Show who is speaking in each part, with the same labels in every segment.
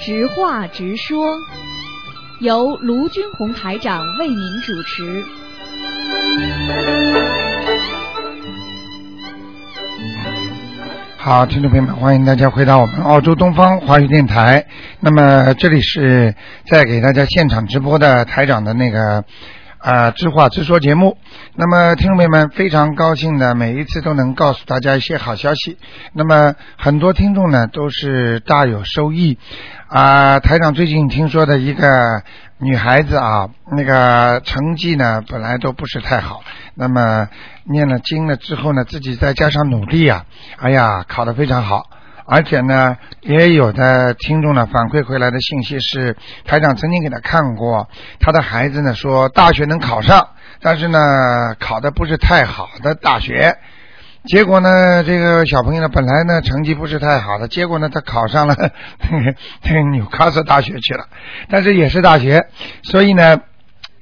Speaker 1: 直话直说，由卢军红台长为您主持。
Speaker 2: 好，听众朋友们，欢迎大家回到我们澳洲东方华语电台。那么这里是在给大家现场直播的台长的那个啊、呃知话直说节目。那么听众朋友们，非常高兴的，每一次都能告诉大家一些好消息。那么很多听众呢都是大有收益啊、台长最近听说的一个女孩子啊，那个成绩呢本来都不是太好，那么念了经了之后呢，自己再加上努力啊，哎呀，考得非常好。而且呢，也有的听众呢反馈回来的信息是，台长曾经给他看过，他的孩子呢说大学能考上，但是呢考的不是太好的大学，结果呢，这个小朋友呢，本来呢成绩不是太好的，结果呢，他考上了 那个那个纽卡斯大学去了，但是也是大学，所以呢，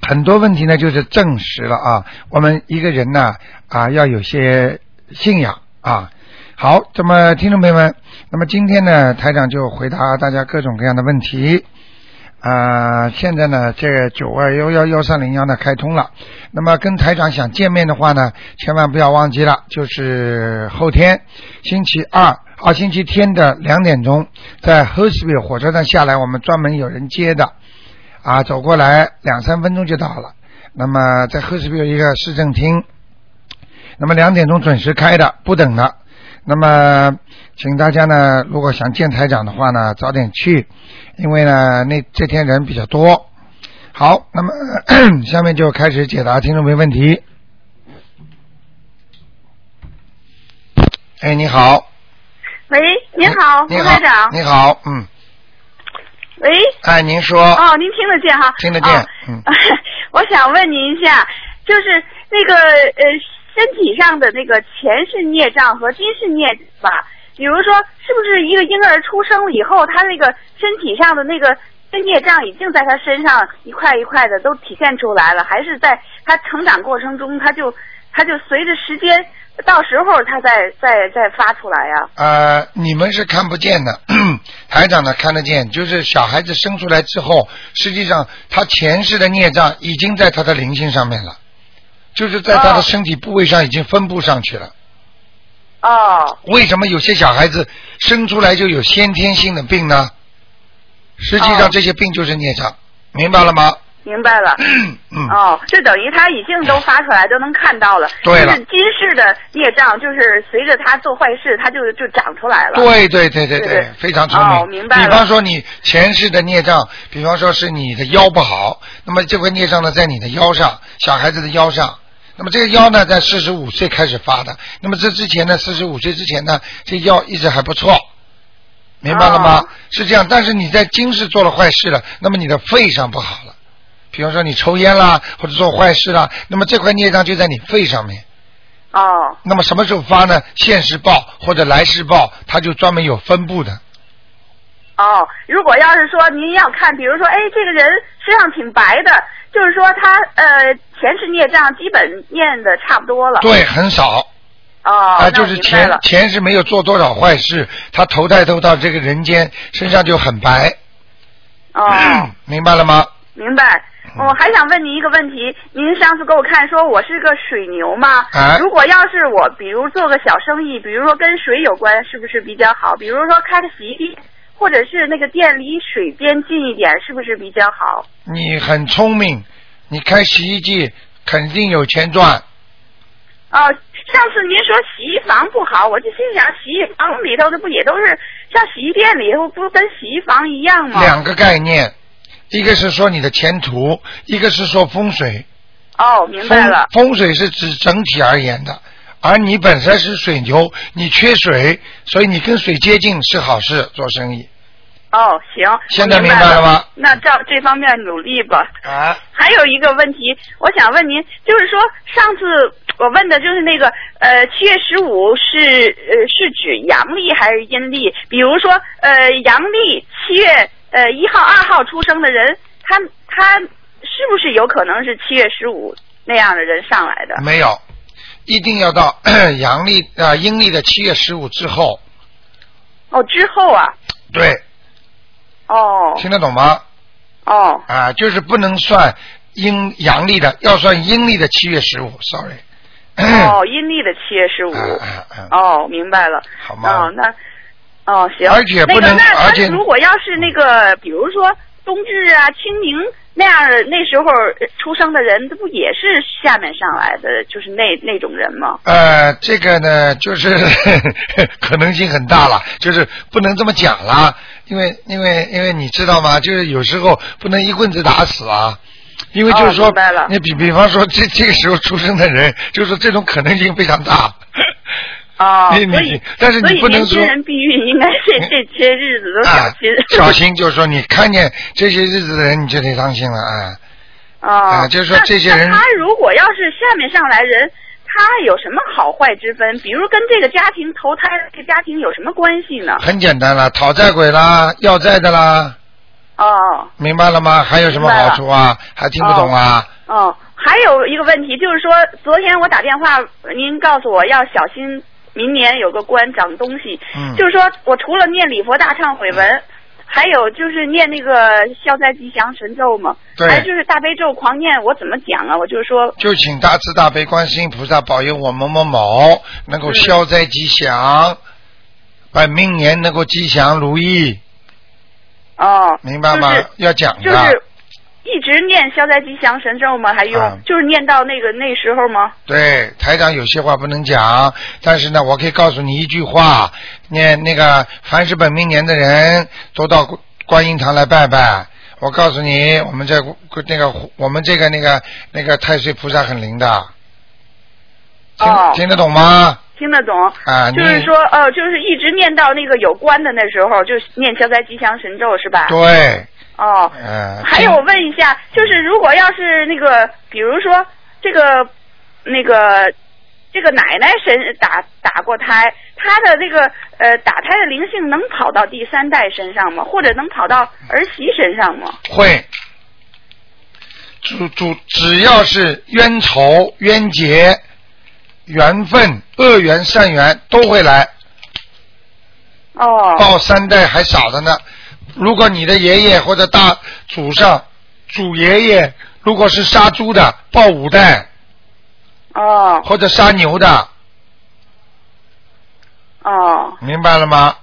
Speaker 2: 很多问题呢就是证实了啊，我们一个人呢啊要有些信仰啊。好，那么听众朋友们，那么今天呢，台长就回答大家各种各样的问题。啊、现在呢，这个九二幺幺幺三零幺呢开通了。那么跟台长想见面的话呢，千万不要忘记了，就是后天星期二啊，星期天的两点钟，在 h e r s v i l l e 火车站下来，我们专门有人接的，啊，走过来两三分钟就到了。那么在 h e r s v i l l e 一个市政厅，那么两点钟准时开的，不等了。那么，请大家呢，如果想见台长的话呢，早点去，因为呢，那这天人比较多。好，那么 下面就开始解答听众朋友问题。哎，你好，
Speaker 3: 喂，您好，
Speaker 2: 啊你
Speaker 3: 吴
Speaker 2: 好，
Speaker 3: 哦台长。
Speaker 2: 你好，嗯，
Speaker 3: 喂，
Speaker 2: 哎，您说，
Speaker 3: 哦，您听得见哈？
Speaker 2: 听得见
Speaker 3: 哦
Speaker 2: 嗯
Speaker 3: 我想问您一下，就是那个呃，身体上的那个前世孽障和今世孽障吧，比如说，是不是一个婴儿出生了以后，他那个身体上的那个孽障已经在他身上一块一块的都体现出来了，还是在他成长过程中，他就他就随着时间，到时候他再再再发出来呀、
Speaker 2: 呃，你们是看不见的， 台长呢看得见，就是小孩子生出来之后，实际上他前世的孽障已经在他的灵性上面了，就是在他的
Speaker 3: 哦
Speaker 2: 身体部位上已经分布上去了。
Speaker 3: 哦，
Speaker 2: 为什么有些小孩子生出来就有先天性的病呢？实际上
Speaker 3: 哦
Speaker 2: 这些病就是孽障，明白了吗？
Speaker 3: 明白了。
Speaker 2: 嗯，
Speaker 3: 哦，这等于他已经都发出来，都能看到了。
Speaker 2: 对了
Speaker 3: 就是今世的孽障，就是随着他做坏事，他就就长出来了。。
Speaker 2: 对对对对对
Speaker 3: 对对，
Speaker 2: 非常聪
Speaker 3: 哦
Speaker 2: 明。
Speaker 3: 明白了
Speaker 2: 比方说你前世的孽障，比方说是你的腰不好，那么这块孽障呢在你的腰上，小孩子的腰上。那么这个腰呢，在四十五岁开始发的。那么这之前呢，四十五岁之前呢，这腰一直还不错，明白了吗？
Speaker 3: 哦
Speaker 2: 是这样，但是你在今世做了坏事了，那么你的肺上不好了。比方说你抽烟啦，或者做坏事啦，那么这块孽障就在你肺上面。
Speaker 3: 哦
Speaker 2: 那么什么时候发呢？现世报或者来世报，它就专门有分布的。
Speaker 3: 啊哦，如果要是说您要看，比如说，哎，这个人身上挺白的，就是说他呃前世孽障基本念的差不多了。。
Speaker 2: 对，很少
Speaker 3: 哦，
Speaker 2: 啊、
Speaker 3: 那我
Speaker 2: 就是
Speaker 3: 明白
Speaker 2: 前
Speaker 3: 了。
Speaker 2: 前世没有做多少坏事，他投胎投到这个人间，身上就很白，
Speaker 3: 哦。
Speaker 2: 明白了吗？
Speaker 3: 明白。
Speaker 2: 嗯
Speaker 3: 我还想问您一个问题，您上次给我看说我是个水牛嘛？
Speaker 2: 哎
Speaker 3: 如果要是我，比如做个小生意，比如说跟水有关，是不是比较好？比如说开个洗衣店，或者是那个店离水边近一点，是不是比较好？
Speaker 2: 你很聪明，你开洗衣机肯定有钱赚。
Speaker 3: 哦、上次您说洗衣房不好，我就心想洗衣房里头的不也都是像洗衣店里头不跟洗衣房一样吗？
Speaker 2: 两个概念，一个是说你的前途，一个是说风水。
Speaker 3: 哦，明白了。
Speaker 2: 风风水是指整体而言的，而你本身是水牛，你缺水，所以你跟水接近是好事，做生意
Speaker 3: 哦，行。
Speaker 2: 现
Speaker 3: 我
Speaker 2: 在明白了吗
Speaker 3: 那照这方面努力吧。
Speaker 2: 啊。
Speaker 3: 还有一个问题，我想问您，就是说上次我问的就是那个呃，七月十五是呃是指阳历还是阴历？比如说呃，阳历七月呃一号、二号出生的人，他他是不是有可能是七月十五那样的人上来的？
Speaker 2: 没有，一定要到 阳历啊、呃阴历的七月十五之后。
Speaker 3: 哦，之后啊，
Speaker 2: 对，
Speaker 3: 哦
Speaker 2: 听得懂吗？
Speaker 3: 哦
Speaker 2: 啊，就是不能算阴阳历的，要算阴历的七月十五，sorry。
Speaker 3: 哦，阴历的七月十五。
Speaker 2: 嗯嗯嗯
Speaker 3: 哦，明白了。
Speaker 2: 好吗
Speaker 3: 哦，那哦行。
Speaker 2: 啊而且不能
Speaker 3: 那个，那
Speaker 2: 而且
Speaker 3: 那如果要是那个，比如说冬至啊、清明那样儿，那时候呃出生的人，这不也是下面上来的，就是那那种人吗？
Speaker 2: 呃，这个呢，就是 可能性很大了，就是不能这么讲啦，因为因为因为你知道吗？就是有时候不能一棍子打死啊，因为就是
Speaker 3: 哦
Speaker 2: 说，
Speaker 3: 明白了
Speaker 2: 你比比方说这这个时候出生的人，就是说这种可能性非常大。
Speaker 3: 哦，
Speaker 2: 你你
Speaker 3: 所以
Speaker 2: 但是你
Speaker 3: 所以
Speaker 2: 不能
Speaker 3: 年轻
Speaker 2: 说嗯
Speaker 3: 人避孕应该这这些日子都小
Speaker 2: 啊
Speaker 3: 心。，
Speaker 2: 小心，就是说你看见这些日子的人，你就得当心了啊。
Speaker 3: 啊
Speaker 2: 啊就是说这些人
Speaker 3: 他如果要是下面上来人，他有什么好坏之分？比如跟这个家庭投胎这个家庭有什么关系呢？
Speaker 2: 很简单了，讨债鬼啦，要债的啦，
Speaker 3: 哦
Speaker 2: 明白了吗？还有什么
Speaker 3: 明白了
Speaker 2: 好处啊？还听不懂啊？
Speaker 3: 哦，还有一个问题就是说，昨天我打电话，您告诉我要小心明年有个官长东西，
Speaker 2: 嗯
Speaker 3: 就是说我除了念礼佛大忏悔文。还有就是念那个消灾吉祥神咒嘛，
Speaker 2: 对
Speaker 3: 还有就是大悲咒狂念，我怎么讲啊？我就是说，
Speaker 2: 就请大慈大悲观世音菩萨保佑我某某某能
Speaker 3: 嗯
Speaker 2: 够消灾吉祥，本命年能够吉祥如意，
Speaker 3: 哦，
Speaker 2: 明白吗？
Speaker 3: 就是
Speaker 2: 要讲
Speaker 3: 就
Speaker 2: 的，
Speaker 3: 是一直念消灾吉祥神咒吗？还用、
Speaker 2: 啊
Speaker 3: 就是念到那个那时候吗？
Speaker 2: 对台长有些话不能讲，但是呢，我可以告诉你一句话：念那个凡是本命年的人，都到观观音堂来拜拜。我告诉你，我们这那个我们这个那个那个太岁菩萨很灵的，听、
Speaker 3: 哦
Speaker 2: 听得懂吗？
Speaker 3: 听得懂？
Speaker 2: 啊，你
Speaker 3: 就是说，呃，就是一直念到那个有关的那时候，就是念消灾吉祥神咒是吧？
Speaker 2: 对，
Speaker 3: 哦，
Speaker 2: 嗯、
Speaker 3: 还有我问一下，就是如果要是那个，比如说这个那个这个奶奶身打打过胎，她的这个呃打胎的灵性能跑到第三代身上吗？或者能跑到儿媳身上吗？
Speaker 2: 会，主主只要是冤仇、冤结、缘分、恶缘、善缘都会来，
Speaker 3: 哦，
Speaker 2: 报三代还少的呢。如果你的爷爷或者大祖上、祖爷爷如果是杀猪的，报五代；
Speaker 3: 哦，
Speaker 2: 或者杀牛的，
Speaker 3: 哦，
Speaker 2: 明白了吗？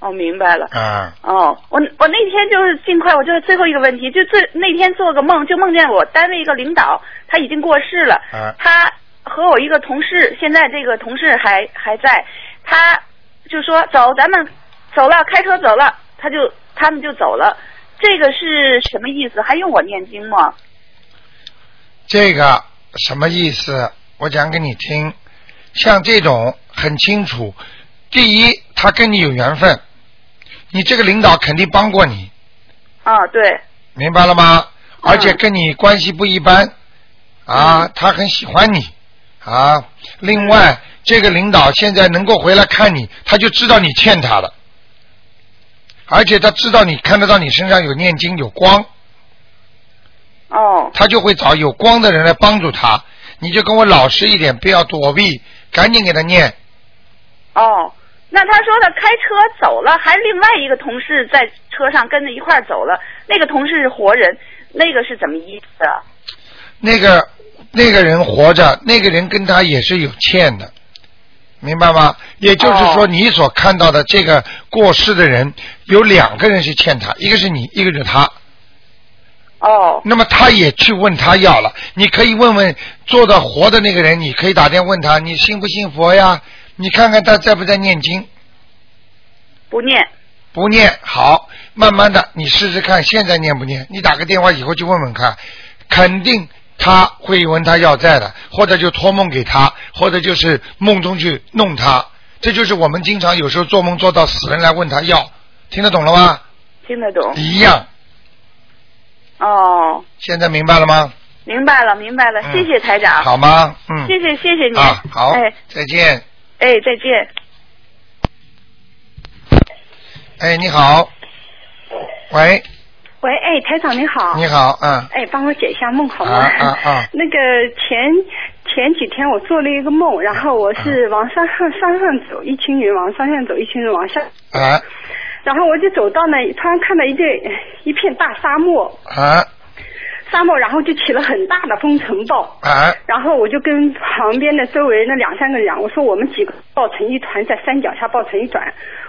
Speaker 3: 哦，明白了。
Speaker 2: 啊、
Speaker 3: 哦，我我那天就是尽快，我就是最后一个问题，就最那天做个梦，就梦见我单位一个领导，他已经过世了，
Speaker 2: 啊
Speaker 3: 他和我一个同事，现在这个同事还还在，他就说走，咱们走了，开车走了，他就他们就走了，这个是什么意思？还用我念经吗？
Speaker 2: 这个什么意思？我讲给你听。像这种很清楚，第一，他跟你有缘分，你这个领导肯定帮过你，
Speaker 3: 啊，对，
Speaker 2: 明白了吗？
Speaker 3: 嗯
Speaker 2: 而且跟你关系不一般，啊，他很喜欢你，啊。另外，这个领导现在能够回来看你，他就知道你欠他了，而且他知道你看得到你身上有念经有光，
Speaker 3: 哦，
Speaker 2: 他就会找有光的人来帮助他。你就跟我老实一点，不要躲避，赶紧给他念。
Speaker 3: 哦，那他说他开车走了，还另外一个同事在车上跟着一块儿走了，那个同事是活人，那个是怎么意思啊？
Speaker 2: 那个那个人活着，那个人跟他也是有欠的，明白吗？也就是说，
Speaker 3: 哦
Speaker 2: 你所看到的这个过世的人，有两个人是欠他，一个是你，一个是他。
Speaker 3: 哦
Speaker 2: 那么他也去问他要了，你可以问问做的活的那个人，你可以打电话问他，你信不信佛呀？你看看他在不在念经。，
Speaker 3: 不念。
Speaker 2: 不念好，慢慢的你试试看，现在念不念？你打个电话以后去问问看，肯定他会问他要债的，或者就托梦给他，或者就是梦中去弄他。这就是我们经常有时候做梦做到死人来问他要，听得懂了吗？
Speaker 3: 听得懂
Speaker 2: 一样，
Speaker 3: 哦，
Speaker 2: 现在明白了吗？
Speaker 3: 明白了，明白了，
Speaker 2: 嗯
Speaker 3: 谢谢台长，
Speaker 2: 好吗？嗯，
Speaker 3: 啊谢谢谢谢您，
Speaker 2: 啊，好
Speaker 3: 哎，
Speaker 2: 再见。
Speaker 3: 哎，再见。
Speaker 2: 哎，你好，喂，
Speaker 4: 喂，哎，台长你好。
Speaker 2: 你好，嗯，
Speaker 4: 哎，帮我解一下梦好吗？
Speaker 2: 啊啊啊
Speaker 4: 那个前前几天我做了一个梦，然后我是往山上山上走，一群人往山上走，一群人往下。
Speaker 2: 啊，
Speaker 4: 然后我就走到那，突然看到一对一片大沙漠，
Speaker 2: 啊
Speaker 4: 沙漠，然后就起了很大的风尘暴。
Speaker 2: 啊
Speaker 4: 然后我就跟旁边的周围那两三个人讲，我说我们几个抱成一团，在山脚下抱成一团，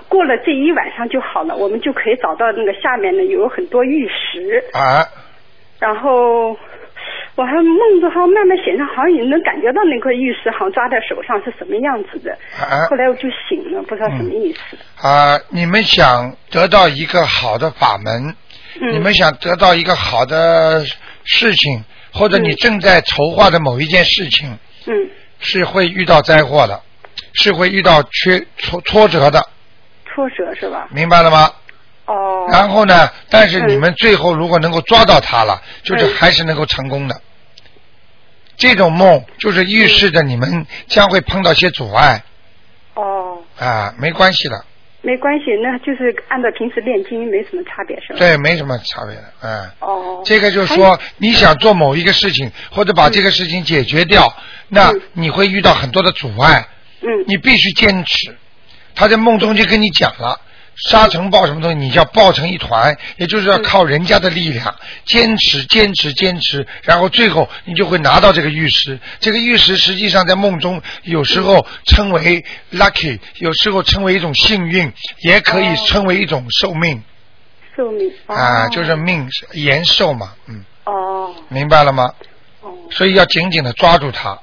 Speaker 4: 过了这一晚上就好了，我们就可以找到那个下面呢有很多玉石。
Speaker 2: 啊！
Speaker 4: 然后我还梦着，好像慢慢醒上，好像也能感觉到那块玉石，好像抓在手上是什么样子的。
Speaker 2: 啊
Speaker 4: 后来我就醒了，不知道什么意思。
Speaker 2: 啊！你们想得到一个好的法门，
Speaker 4: 嗯，
Speaker 2: 你们想得到一个好的事情，或者你
Speaker 4: 嗯
Speaker 2: 正在筹划的某一件事情，
Speaker 4: 嗯，
Speaker 2: 是会遇到灾祸的，是会遇到缺挫挫折的，
Speaker 4: 挫折是吧？
Speaker 2: 明白了吗？
Speaker 4: 哦，
Speaker 2: 然后呢，但是
Speaker 4: 嗯
Speaker 2: 你们最后如果能够抓到它了，就是
Speaker 4: 嗯
Speaker 2: 还是能够成功的。这种梦就是预示着你们将会碰到些阻碍
Speaker 4: 哦，
Speaker 2: 啊，没关系的，
Speaker 4: 没关系，那就是按照平时练经没什么差别是吧？。
Speaker 2: 对，没什么差别的，嗯。
Speaker 4: 哦，
Speaker 2: 这个就是
Speaker 4: 还
Speaker 2: 说，你想做某一个事情，或者把这个事情解决掉，那
Speaker 4: 嗯
Speaker 2: 你会遇到很多的阻碍，
Speaker 4: 嗯
Speaker 2: 你必须坚持。他在梦中就跟你讲了，沙尘暴什么东西，你要抱成一团，也就是
Speaker 4: 嗯
Speaker 2: 要靠人家的力量，坚持，坚持，坚持，然后最后你就会拿到这个玉石。这个玉石实际上在梦中有时候称为 lucky，有时候称为一种幸运，也可以
Speaker 4: 哦
Speaker 2: 称为一种寿命
Speaker 4: 寿命哦
Speaker 2: 啊，就是命延寿嘛，嗯，
Speaker 4: 哦
Speaker 2: 明白了吗？
Speaker 4: 哦，
Speaker 2: 所以要紧紧的抓住它，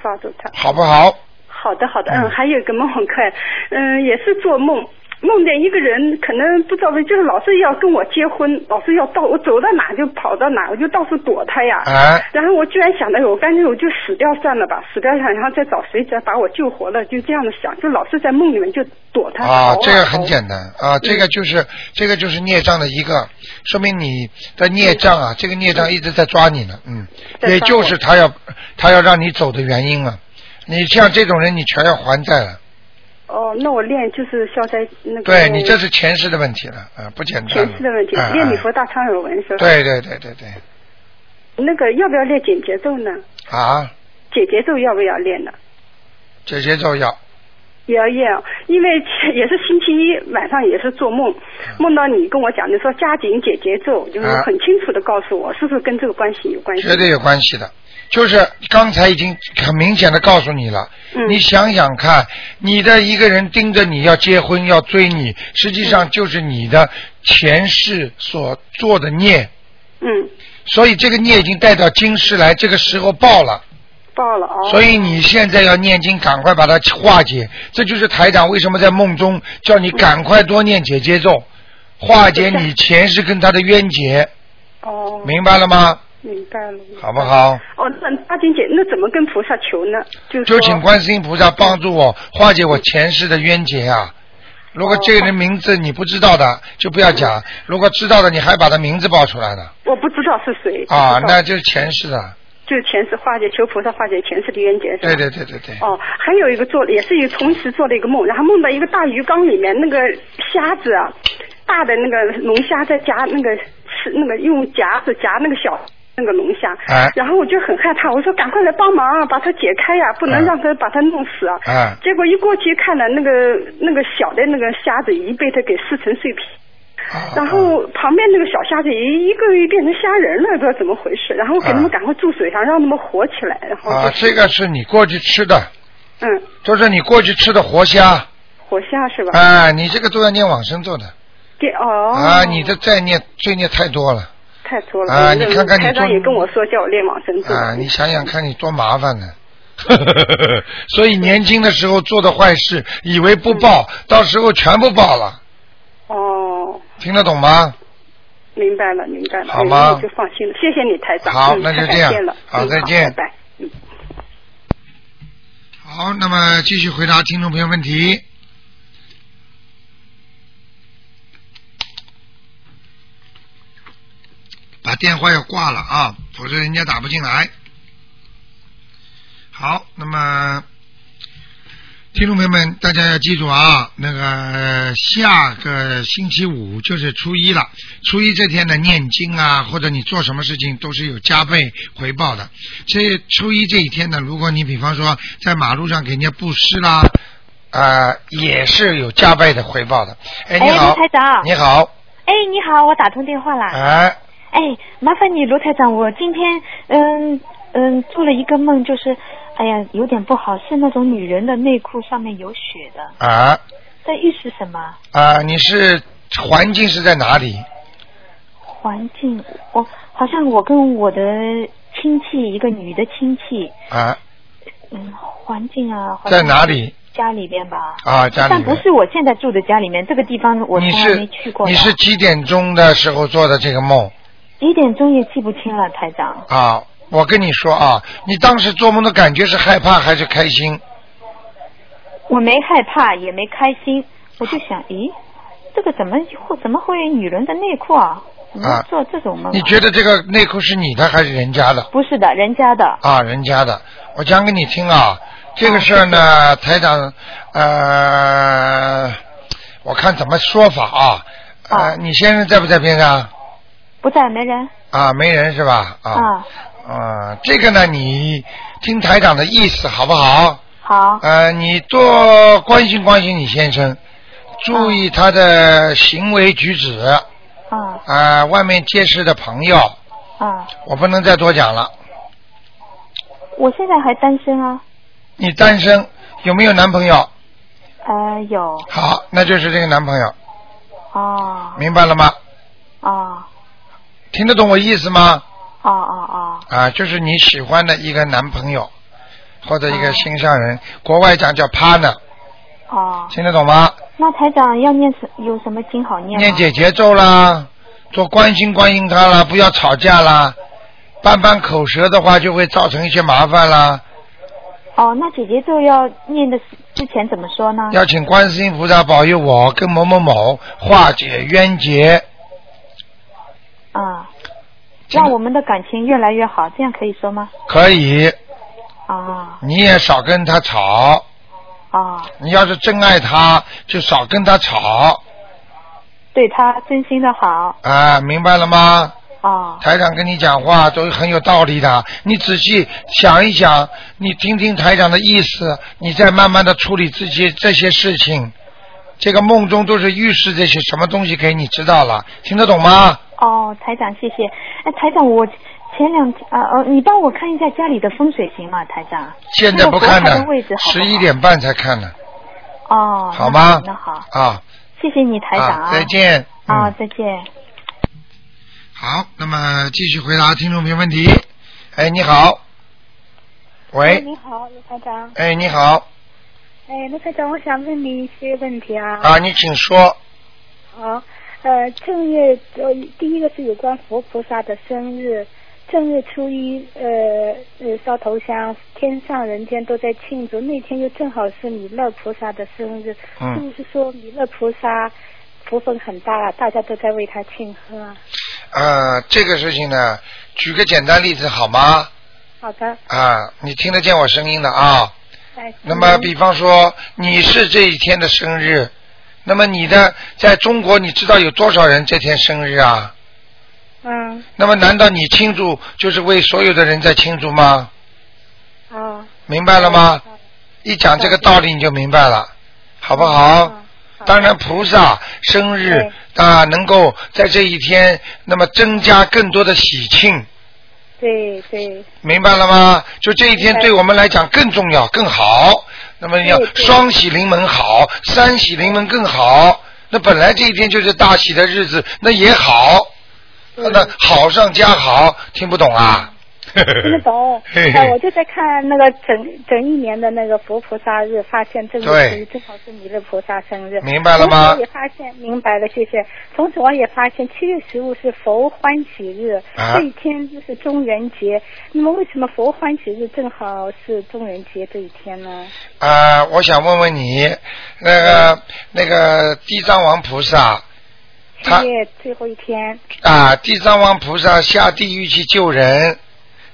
Speaker 4: 抓住它。
Speaker 2: 好不好？
Speaker 4: 好的，好的，
Speaker 2: 嗯
Speaker 4: 嗯，还有一个梦很可爱，嗯，也是做梦，梦见一个人，可能不知道为，就是老是要跟我结婚，老是要到我走到哪就跑到哪，我就到处躲他呀。
Speaker 2: 哎，
Speaker 4: 然后我居然想到，哎我干脆我就死掉算了吧，死掉想，然后再找谁再把我救活了，就这样的想，就老是在梦里面就躲他。
Speaker 2: 啊，
Speaker 4: 逃
Speaker 2: 这个很
Speaker 4: 逃
Speaker 2: 简单啊，
Speaker 4: 嗯
Speaker 2: 这个就是这个就是孽障的一个，说明你的孽障啊，这个孽障一直在抓你呢，嗯，
Speaker 4: 嗯在抓
Speaker 2: 也就是他要他要让你走的原因了。啊你像这种人，你全要还债了，
Speaker 4: 哦，那我练就是消灾那个。
Speaker 2: 对你这是前世的问题了啊，不简单了。
Speaker 4: 嗯前世的问题，
Speaker 2: 哎
Speaker 4: 练礼佛。大忏悔文是
Speaker 2: 哎。
Speaker 4: 吧？
Speaker 2: 对对对对对，
Speaker 4: 那个要不要练解节奏呢？
Speaker 2: 啊，
Speaker 4: 解节奏要不要练呢？
Speaker 2: 这节奏要
Speaker 4: 也要练，因为也是星期一晚上也是做梦，
Speaker 2: 嗯
Speaker 4: 梦到你跟我讲，你说加紧解节奏，就是
Speaker 2: 啊
Speaker 4: 很清楚的告诉我，是不是跟这个关系有关系？
Speaker 2: 绝对有关系的，就是刚才已经很明显的告诉你了，
Speaker 4: 嗯
Speaker 2: 你想想看，你的一个人盯着你要结婚要追你，实际
Speaker 4: 嗯
Speaker 2: 上就是你的前世所做的孽，
Speaker 4: 嗯，
Speaker 2: 所以这个孽已经带到今世来，这个时候报了。
Speaker 4: 报了哦。
Speaker 2: 所以你现在要念经，赶快把它化解。这就是台长为什么在梦中叫你赶快多念姐姐咒，化解你前世跟他的冤结，
Speaker 4: 哦，
Speaker 2: 明白了吗？
Speaker 4: 明白了。
Speaker 2: 好不好？
Speaker 4: 哦，那阿金姐，那怎么跟菩萨求呢？就是
Speaker 2: 就
Speaker 4: 说
Speaker 2: 请观世音菩萨帮助我化解我前世的冤结啊！如果这个人名字你不知道的，就不要讲；如果知道的，你还把他名字报出来呢
Speaker 4: 我不知道是谁
Speaker 2: 啊，
Speaker 4: 不知道
Speaker 2: 那就是前世的。
Speaker 4: 就是前世化解，求菩萨化解前世的冤结是吧？
Speaker 2: 对对对对对，
Speaker 4: 哦，还有一个做，也是一个同时做了一个梦，然后梦到一个大鱼缸里面那个虾子啊，大的那个龙虾在夹那个是那个用夹子夹那个小那个龙虾，
Speaker 2: 哎
Speaker 4: 然后我就很害怕，我说赶快来帮忙啊，把它解开呀、不
Speaker 2: 哎
Speaker 4: 能让它把它弄死啊。
Speaker 2: 哎
Speaker 4: 结果一过去看了那个那个小的那个虾子已被它给撕成碎片。
Speaker 2: 啊
Speaker 4: 然后旁边那个小虾子一一个一个变成虾仁了，不知道怎么回事。然后给他
Speaker 2: 哎
Speaker 4: 们赶快注水上，让他们活起来。然后
Speaker 2: 啊，
Speaker 4: 就
Speaker 2: 这
Speaker 4: 是
Speaker 2: 个是你过去吃的，
Speaker 4: 嗯，
Speaker 2: 就是你过去吃的活虾，
Speaker 4: 活虾是吧？
Speaker 2: 哎，你这个都要念往生咒的
Speaker 4: 对哦。
Speaker 2: 啊，你的罪孽罪孽太多了
Speaker 4: 太多了
Speaker 2: 啊
Speaker 4: 嗯
Speaker 2: 你看看你
Speaker 4: 台长
Speaker 2: 做
Speaker 4: 也跟我说叫我练往生咒
Speaker 2: 啊，你想想看，你多麻烦呢。所以年轻的时候做的坏事，以为不报，到时候全部报了。
Speaker 4: 哦，
Speaker 2: 听得懂吗？
Speaker 4: 明白了，明白了，
Speaker 2: 好吗
Speaker 4: 嗯我就放心了，谢谢你台长，
Speaker 2: 好
Speaker 4: 嗯
Speaker 2: 那就
Speaker 4: 太
Speaker 2: 这样
Speaker 4: 感谢了，
Speaker 2: 好
Speaker 4: 嗯
Speaker 2: 再见
Speaker 4: 拜拜。
Speaker 2: 好，那么继续回答听众朋友问题。把电话要挂了啊，否则人家打不进来。好，那么听众朋友们，大家要记住啊，那个呃下个星期五就是初一了。初一这天呢，念经啊，或者你做什么事情都是有加倍回报的。这初一这一天呢，如果你比方说在马路上给人家布施啦，啊、也是有加倍的回报的。哎，你
Speaker 5: 哎
Speaker 2: 好，
Speaker 5: 卢台长
Speaker 2: 你好，
Speaker 5: 哎，你好，我打通电话啦。
Speaker 2: 哎，
Speaker 5: 哎，麻烦你罗台长，我今天嗯嗯做了一个梦，就是哎呀有点不好，是那种女人的内裤上面有血的，
Speaker 2: 啊
Speaker 5: 在预示什么
Speaker 2: 啊，你是环境是在哪里？
Speaker 5: 环境？我好像我跟我的亲戚，一个女的亲戚，
Speaker 2: 啊
Speaker 5: 嗯，环境啊，好像
Speaker 2: 在哪里？
Speaker 5: 家里边吧。
Speaker 2: 啊，家里面。
Speaker 5: 但不是我现在住的家里面，这个地方我从
Speaker 2: 你
Speaker 5: 来没
Speaker 2: 是
Speaker 5: 去过的。
Speaker 2: 你是几点钟的时候做的这个梦
Speaker 5: 几点钟也记不清了，台长。
Speaker 2: 啊？我跟你说啊，你当时做梦的感觉是害怕还是开心？
Speaker 5: 我没害怕，也没开心，我就想，咦，这个怎么会怎么会有女人的内裤啊？怎么
Speaker 2: 啊
Speaker 5: 做这种梦、啊
Speaker 2: 你觉得这个内裤是你的还是人家的？
Speaker 5: 不是的，人家的。
Speaker 2: 啊，人家的。我讲给你听啊，这个事儿呢，台长，呃，我看怎么说法啊。呃，
Speaker 5: 啊
Speaker 2: 你先生在不在边上？
Speaker 5: 不在没人
Speaker 2: 啊，没人是吧？啊。
Speaker 5: 啊，
Speaker 2: 啊，这个呢，你听台长的意思好不好？
Speaker 5: 好，
Speaker 2: 呃，你多关心关心你先生，注意他的行为举止啊、
Speaker 5: 啊
Speaker 2: 外面结识的朋友，
Speaker 5: 啊，
Speaker 2: 我不能再多讲了。
Speaker 5: 我现在还单身啊，
Speaker 2: 你单身有没有男朋友？
Speaker 5: 呃，有
Speaker 2: 好，那就是这个男朋友，
Speaker 5: 啊
Speaker 2: 明白了吗？
Speaker 5: 啊
Speaker 2: 听得懂我意思吗？
Speaker 5: 啊啊啊
Speaker 2: 啊，就是你喜欢的一个男朋友，或者一个
Speaker 5: 哦
Speaker 2: 心上人，国外讲叫 partner，
Speaker 5: 啊！
Speaker 2: 听得懂吗？
Speaker 5: 那台长要念什有什么经好念吗？
Speaker 2: 念姐姐咒啦，多关心关心他啦，不要吵架啦，拌拌口舌的话就会造成一些麻烦啦。
Speaker 5: 哦，那姐姐就要念的之前怎么说呢？
Speaker 2: 要请观世音菩萨保佑我跟某某某化解冤结。
Speaker 5: 啊，
Speaker 2: 真的
Speaker 5: 让我们的感情越来越好，这样可以说吗？
Speaker 2: 可以，
Speaker 5: 啊
Speaker 2: 你也少跟他吵。
Speaker 5: 啊，
Speaker 2: 你要是真爱他，就少跟他吵
Speaker 5: 对他真心的好
Speaker 2: 啊，明白了吗？
Speaker 5: 啊
Speaker 2: 台长跟你讲话都很有道理的，你仔细想一想，你听听台长的意思，你再慢慢的处理自己这些事情。这个梦中都是预示这些什么东西给你知道了，听得懂吗？
Speaker 5: 哦，台长谢谢。哎，台长我前两天啊呃，你帮我看一下家里的风水行吗，台长？
Speaker 2: 现在不看的
Speaker 5: 那个佛台的位置，好不
Speaker 2: 十
Speaker 5: 好
Speaker 2: 一点半才看呢，
Speaker 5: 哦，
Speaker 2: 好吗？
Speaker 5: 那好，
Speaker 2: 啊，
Speaker 5: 谢谢你台长
Speaker 2: 啊，再见。
Speaker 5: 啊，
Speaker 2: 嗯
Speaker 5: 再见。
Speaker 2: 好，那么继续回答听众朋友问题。哎，你好。
Speaker 5: 哎
Speaker 2: 喂，
Speaker 6: 哎你好，卢台长。
Speaker 2: 哎，你好。
Speaker 6: 哎，卢台长，我想问你一些问题啊。
Speaker 2: 啊，你请说。
Speaker 6: 好，呃，正月呃，第一个是有关佛菩萨的生日，正月初一，呃呃，烧头香，天上人间都在庆祝。那天又正好是弥勒菩萨的生日，
Speaker 2: 嗯
Speaker 6: 是不是说弥勒菩萨福分很大，大家都在为他庆贺啊？
Speaker 2: 呃，这个事情呢，举个简单例子好吗？
Speaker 6: 好的，
Speaker 2: 啊，你听得见我声音的啊。
Speaker 6: 哎，
Speaker 2: 那么，比方说你是这一天的生日，那么你的在中国，你知道有多少人这天生日啊？
Speaker 6: 嗯，
Speaker 2: 那么，难道你庆祝就是为所有的人在庆祝吗？
Speaker 6: 哦，
Speaker 2: 明白了吗？
Speaker 6: 嗯
Speaker 2: 一讲这个道理你就明白了，好不好？
Speaker 6: 嗯好的
Speaker 2: 当然，菩萨生日啊，能够在这一天，那么增加更多的喜庆，
Speaker 6: 对对，
Speaker 2: 明白了吗？就这一天
Speaker 6: 明白
Speaker 2: 对我们来讲更重要、更好。那么要
Speaker 6: 对对
Speaker 2: 双喜临门好，三喜临门更好。那本来这一天就是大喜的日子，那也好，
Speaker 6: 嗯
Speaker 2: 那好上加好，听不懂啊？。
Speaker 6: 听得懂
Speaker 2: 嘿嘿
Speaker 6: 哎，我就在看那个整整一年的那个佛菩萨日，发现这个
Speaker 2: 对嗯
Speaker 6: 日正好是弥勒菩萨生日。
Speaker 2: 明白了吗
Speaker 6: 同时我也发现明白了，谢谢。同时我也发现七月十五是佛欢喜日，
Speaker 2: 啊
Speaker 6: 这一天就是中元节。那么为什么佛欢喜日正好是中元节这一天呢？
Speaker 2: 啊，我想问问你，那个那个地藏王菩萨，他
Speaker 6: 七月最后一天。
Speaker 2: 啊，地藏王菩萨下地狱去救人，
Speaker 6: 嗯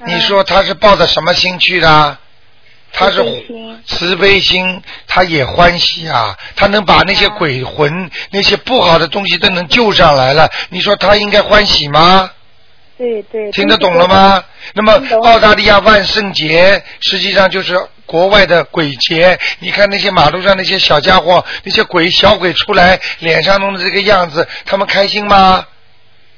Speaker 2: 你说他是抱着什么心去的？他是
Speaker 6: 慈悲心
Speaker 2: 慈悲心，他也欢喜啊，他能把那些鬼魂、那些不好的东西都能救上来了，你说他应该欢喜吗？
Speaker 6: 对对。
Speaker 2: 听得懂了？吗？那么
Speaker 6: 听懂
Speaker 2: 澳大利亚万圣节实际上就是国外的鬼节，你看那些马路上那些小家伙，那些鬼小鬼出来，脸上弄的这个样子，他们开心吗？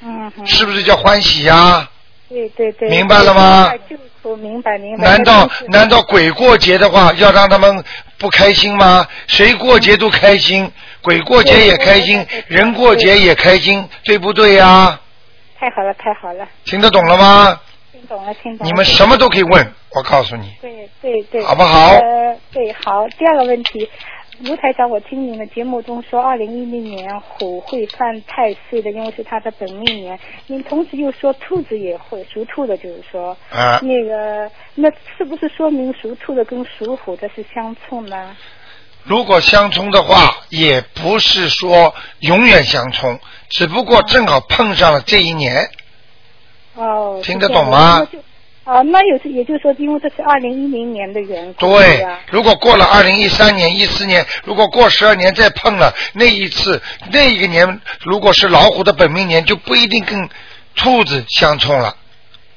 Speaker 5: 嗯，嗯
Speaker 2: 是不是叫欢喜啊呀、
Speaker 5: 对对对，
Speaker 2: 明白了吗
Speaker 5: 明白救赎，明白明白。
Speaker 2: 难道
Speaker 5: 那就是
Speaker 2: 难道鬼过节的话，要让他们不开心吗？谁过节都开心，鬼过节也开心
Speaker 5: 对对对，对
Speaker 2: 人过节也开心，对不对呀、
Speaker 5: 太好了太好了，
Speaker 2: 听得懂了吗？
Speaker 5: 听懂了听懂了。
Speaker 2: 你们什么都可以问，我告诉你，
Speaker 5: 对对对，
Speaker 2: 好不好
Speaker 5: 呃，对，好。第二个问题，卢台长，我听您的节目中说，二零一零年虎会犯太岁的，因为是他的本命年。您同时又说兔子也会，属兔的，就是说，
Speaker 2: 啊
Speaker 5: 那个，那是不是说明属兔的跟属虎的是相冲呢？
Speaker 2: 如果相冲的话，也不是说永远相冲，只不过正好碰上了这一年。
Speaker 5: 哦，
Speaker 2: 听
Speaker 5: 是
Speaker 2: 得
Speaker 5: 这样
Speaker 2: 懂
Speaker 5: 的
Speaker 2: 吗？
Speaker 5: 那就哦，那有是也就是说，因为这是二零一零年的缘故，
Speaker 2: 对
Speaker 5: 吧，
Speaker 2: 如果过了二零一三年、一四年，如果过十二年再碰了那一次，那一个年如果是老虎的本命年，就不一定跟兔子相冲了。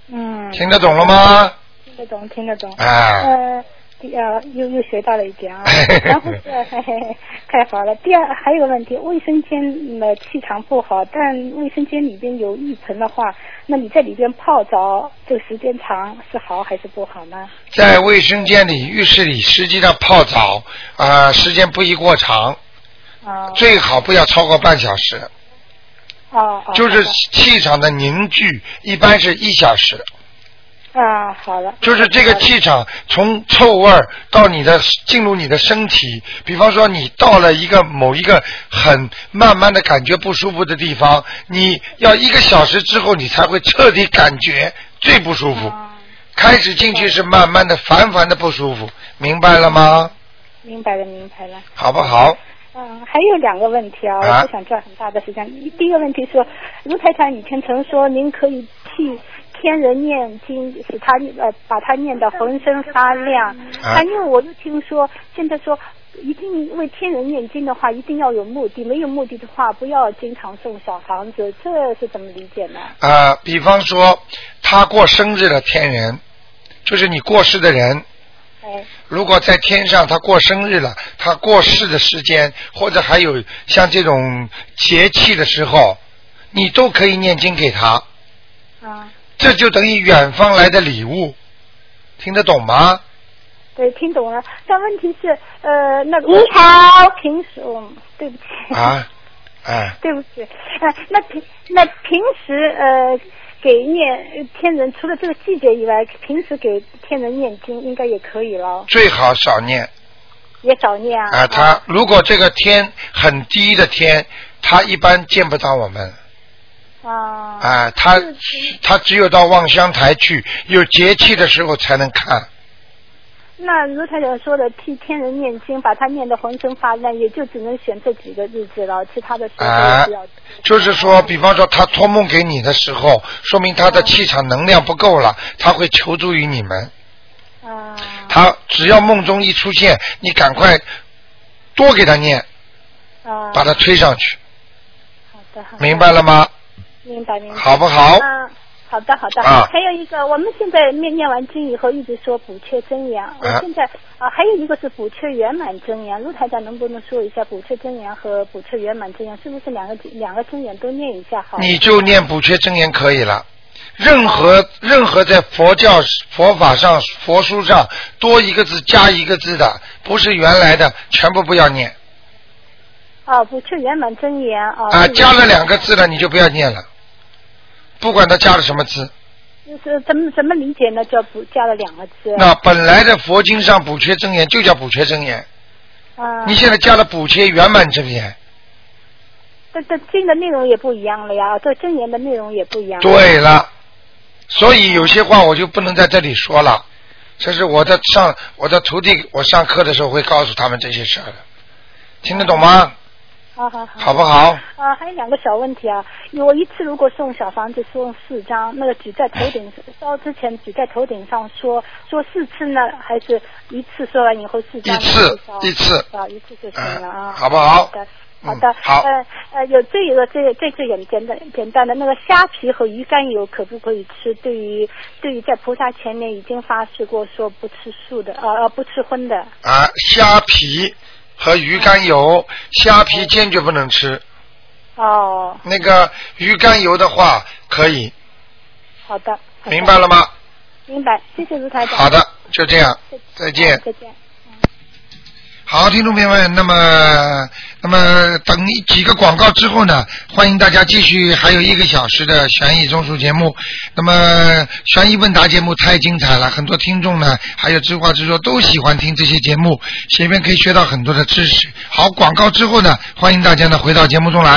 Speaker 5: 嗯，
Speaker 2: 听得懂了吗？
Speaker 5: 听得懂，听得懂。
Speaker 2: 啊，
Speaker 5: 呃，第二又又学到了一 点啊，然后是、嘿嘿嘿太好了。第二还有个问题，卫生间的气场不好，但卫生间里边有浴盆的话，那你在里边泡澡，这个时间长是好还是不好呢？
Speaker 2: 在卫生间里、浴室里，实宜上泡澡啊、时间不宜过长，
Speaker 5: 啊、哦，
Speaker 2: 最好不要超过半小时。
Speaker 5: 哦哦，
Speaker 2: 就是气场的凝聚，一般是一小时。
Speaker 5: 好的啊，好了，
Speaker 2: 就是这个气场从臭味儿到你的进入你的身体，比方说你到了一个某一个很慢慢的感觉不舒服的地方，你要一个小时之后你才会彻底感觉最不舒服。
Speaker 5: 啊，
Speaker 2: 开始进去是慢慢的、烦烦的不舒服，明白了吗？
Speaker 5: 明白了，明白了。
Speaker 2: 好不好？
Speaker 5: 嗯，还有两个问题啊，
Speaker 2: 啊
Speaker 5: 我不想占很大的时间。第一个问题是，卢台长以前曾说，您可以替天人念经，使他呃把他念得浑身发亮。
Speaker 2: 啊
Speaker 5: 但因为我又听说，现在说一定为天人念经的话，一定要有目的，没有目的的话，不要经常送小房子，这是怎么理解呢？
Speaker 2: 啊，比方说他过生日的天人，就是你过世的人，
Speaker 5: 哎，
Speaker 2: 如果在天上他过生日了，他过世的时间，或者还有像这种节气的时候，你都可以念经给他，
Speaker 5: 啊，
Speaker 2: 这就等于远方来的礼物，听得懂吗？
Speaker 5: 对，听懂了。但问题是，呃，那
Speaker 6: 你好，
Speaker 5: 平时，嗯，对不起。
Speaker 2: 啊，哎，
Speaker 5: 对不起，呃，那平那平时呃给念呃天人，除了这个季节以外，平时给天人念经应该也可以了，
Speaker 2: 最好少念
Speaker 5: 也少念啊。
Speaker 2: 啊。他如果这个天很低的天，他一般见不到我们
Speaker 5: 啊
Speaker 2: 啊，他他只有到望乡台去，有节气的时候才能看。
Speaker 5: 那如台长说的替天人念经，把他念得浑身发亮，也就只能选这几个日子了，其他的时候
Speaker 2: 啊
Speaker 5: 也不要。
Speaker 2: 就是说，比方说他托梦给你的时候，说明他的气场能量不够了，他会求助于你们。
Speaker 5: 啊
Speaker 2: 他只要梦中一出现，你赶快多给他念，
Speaker 5: 啊，
Speaker 2: 把他推上去，
Speaker 5: 好的，好的
Speaker 2: 明白了吗？
Speaker 5: 明白明白。
Speaker 2: 好不好？
Speaker 5: 嗯，好的好的。
Speaker 2: 啊
Speaker 5: 还有一个，我们现在念念完经以后，一直说补缺真言。我现在啊，还有一个是补缺圆满真言。陆台长能不能说一下补缺真言和补缺圆满真言，是不是两个两个真言都念一下好？
Speaker 2: 你就念补缺真言可以了。任何任何在佛教佛法上佛书上多一个字加一个字的，不是原来的，全部不要念
Speaker 5: 啊，补缺圆满真言啊。
Speaker 2: 啊！
Speaker 5: 就是
Speaker 2: 加了两个字了，你就不要念了，不管他加了什么字。
Speaker 5: 就是呃怎么怎么理解呢？叫补加了两个字。
Speaker 2: 那本来的佛经上补缺真言就叫补缺真言，
Speaker 5: 啊，
Speaker 2: 你现在加了补缺圆满真言。
Speaker 5: 这这经的内容也不一样了呀，这真言的内容也不一样。
Speaker 2: 对了，所以有些话我就不能在这里说了，这是我的上我的徒弟，我上课的时候会告诉他们这些事儿的，听得懂吗？
Speaker 5: 好好啊好。
Speaker 2: 好不好？
Speaker 5: 啊，还有两个小问题啊！我一次如果送小房子送四张，那个举在头顶烧之前举在头顶上说说四次呢，还是一次说完以后四
Speaker 2: 一
Speaker 5: 张呢
Speaker 2: 次
Speaker 5: 就烧
Speaker 2: 一次，
Speaker 5: 啊一次就行了啊
Speaker 2: 嗯，好不好
Speaker 5: 好的好的
Speaker 2: 嗯，好
Speaker 5: 呃呃，有这一个这这次简简单简单的那个虾皮和鱼肝油可不可以吃？对于对于在菩萨前面已经发誓过说不吃素的，呃呃不吃荤的，
Speaker 2: 啊，虾皮和鱼肝油，虾皮坚决不能吃。
Speaker 5: 哦，
Speaker 2: 那个鱼肝油的话可以，
Speaker 5: 好的，好的
Speaker 2: 明白了吗？
Speaker 5: 明白，谢谢卢台长。
Speaker 2: 好的，就这样，再见。
Speaker 5: 再见。
Speaker 2: 好，听众朋友们，那么那么等一几个广告之后呢，欢迎大家继续还有一个小时的悬疑综述节目。那么悬疑问答节目太精彩了，很多听众呢还有知话直说都喜欢听这些节目，随便可以学到很多的知识。好，广告之后呢，欢迎大家呢回到节目中来。